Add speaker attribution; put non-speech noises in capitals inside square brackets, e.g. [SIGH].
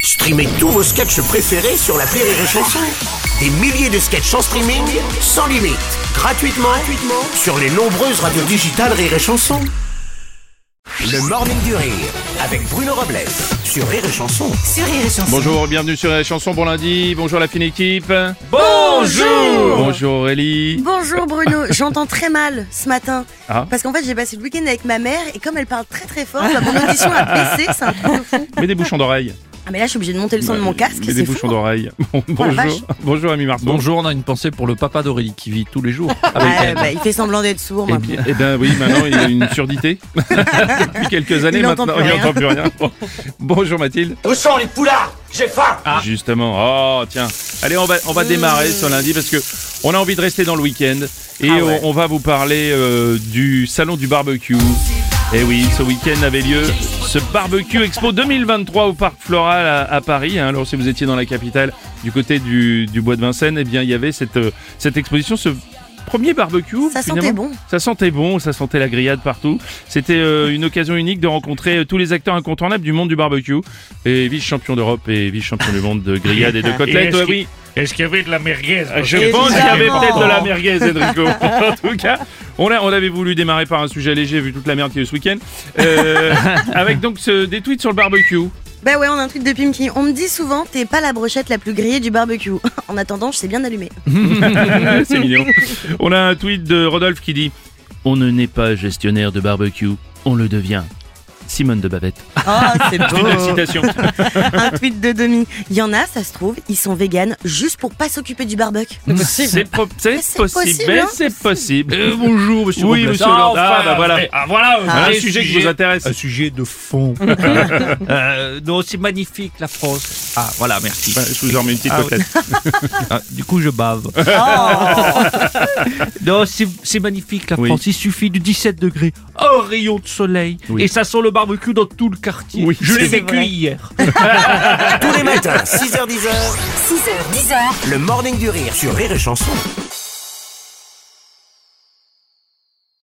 Speaker 1: Streamez tous vos sketchs préférés sur la Rire et Chanson. Des milliers de sketchs en streaming, sans limite, gratuitement, gratuitement sur les nombreuses radios digitales Rire et Chanson. Le Morning du Rire avec Bruno Robles sur Rire et Chanson.
Speaker 2: Bonjour, bienvenue sur la chanson Bon lundi, bonjour la fine équipe.
Speaker 3: Bonjour
Speaker 2: Bonjour Aurélie.
Speaker 4: Bonjour Bruno, [LAUGHS] j'entends très mal ce matin.
Speaker 2: Ah.
Speaker 4: Parce qu'en fait, j'ai passé le week-end avec ma mère et comme elle parle très très fort, bah, mon audition a baissé, c'est un truc de fou.
Speaker 2: Mets des bouchons d'oreilles. Euh,
Speaker 4: Ah, mais là, je suis obligée de monter le son de mon casque,
Speaker 2: Mets des
Speaker 4: c'est fou.
Speaker 2: bouchons Bah, d'oreilles. [LAUGHS] Bon,
Speaker 4: Oh, la
Speaker 2: bonjour. Bonjour Ami Marceau.
Speaker 3: Bonjour, on a une pensée pour le papa d'Aurélie qui vit tous
Speaker 2: [LAUGHS]
Speaker 3: les jours
Speaker 4: Ah,
Speaker 3: avec elle.
Speaker 4: bah, il fait semblant d'être sourd
Speaker 2: Eh
Speaker 4: maintenant.
Speaker 2: bien, eh ben oui, maintenant il a une
Speaker 4: [LAUGHS]
Speaker 2: surdité. Depuis quelques années
Speaker 4: Il
Speaker 2: maintenant,
Speaker 4: n'entend plus
Speaker 2: il
Speaker 4: rien.
Speaker 2: n'entend plus rien. Bon. Bonjour Mathilde. Ah.
Speaker 1: Où sont les poulards J'ai faim
Speaker 2: Justement. Oh tiens. Allez, on va on va démarrer ce lundi parce que on a envie de rester dans le week-end et
Speaker 4: Euh. Ah ouais.
Speaker 2: on, on va vous parler euh, du salon du barbecue. Et oui, ce week-end avait lieu ce barbecue Expo 2023 au Parc Floral à, à Paris. hein. Alors si vous étiez dans la capitale, du côté du, du bois de Vincennes, eh bien il y avait cette euh, cette exposition, ce premier barbecue.
Speaker 4: Ça
Speaker 2: finalement.
Speaker 4: sentait bon.
Speaker 2: Ça sentait bon, ça sentait la grillade partout. C'était euh, une occasion unique de rencontrer euh, tous les acteurs incontournables du monde du barbecue. Et vice-champion d'Europe et vice-champion du monde de grillade et de côtelettes.
Speaker 5: Et
Speaker 2: Ouais,
Speaker 5: est-ce
Speaker 2: oui,
Speaker 5: Est-ce qu'il y avait de la merguez
Speaker 2: je
Speaker 4: Évidemment.
Speaker 2: pense qu'il y avait peut-être de la merguez, Enrico. [LAUGHS] en tout cas, on, a- on avait voulu démarrer par un sujet léger vu toute la merde qu'il y a eu ce week-end. Euh, avec donc ce- des tweets sur le barbecue. [LAUGHS]
Speaker 4: Bah ouais, on a un truc de Pimki. On me dit souvent, t'es pas la brochette la plus grillée du barbecue. [LAUGHS] En attendant, je sais bien allumer.
Speaker 2: C'est mignon. On a un tweet de Rodolphe qui dit On ne naît pas gestionnaire de barbecue, on le devient. Simone de Bavette.
Speaker 4: Oh, [LAUGHS] c'est
Speaker 2: Une
Speaker 4: beau.
Speaker 2: citation.
Speaker 4: un tweet de demi. Il y en a, ça se trouve, ils sont véganes juste pour pas s'occuper du barbecue.
Speaker 2: C'est pro- c'est
Speaker 4: c'est
Speaker 2: possible,
Speaker 4: possible,
Speaker 2: mais
Speaker 4: hein.
Speaker 2: c'est possible.
Speaker 3: bonjour, monsieur.
Speaker 2: oui, Euh, monsieur Hollande. Ah, bah voilà.
Speaker 5: Ah voilà
Speaker 2: Voilà un
Speaker 5: vrai
Speaker 2: sujet Euh, qui vous intéresse.
Speaker 3: sujet de fond. Euh, non, c'est magnifique, la France. Ah, voilà, merci.
Speaker 2: Ouais, je vous en mets une petite
Speaker 3: Ah,
Speaker 2: coquette.
Speaker 3: Ah, du coup, je bave. [LAUGHS] non, c'est c'est magnifique, la
Speaker 2: Oui.
Speaker 3: France. Il suffit de 17 degrés, un rayon de soleil,
Speaker 2: Oui.
Speaker 3: et ça sent le barbecue dans tout le quartier.
Speaker 2: Oui,
Speaker 3: je l'ai
Speaker 4: c'est
Speaker 3: vécu
Speaker 4: vrai.
Speaker 3: hier.
Speaker 1: Tous les matins, 6h10,
Speaker 6: 6h, 10h,
Speaker 1: le Morning du Rire sur Rire et Chanson.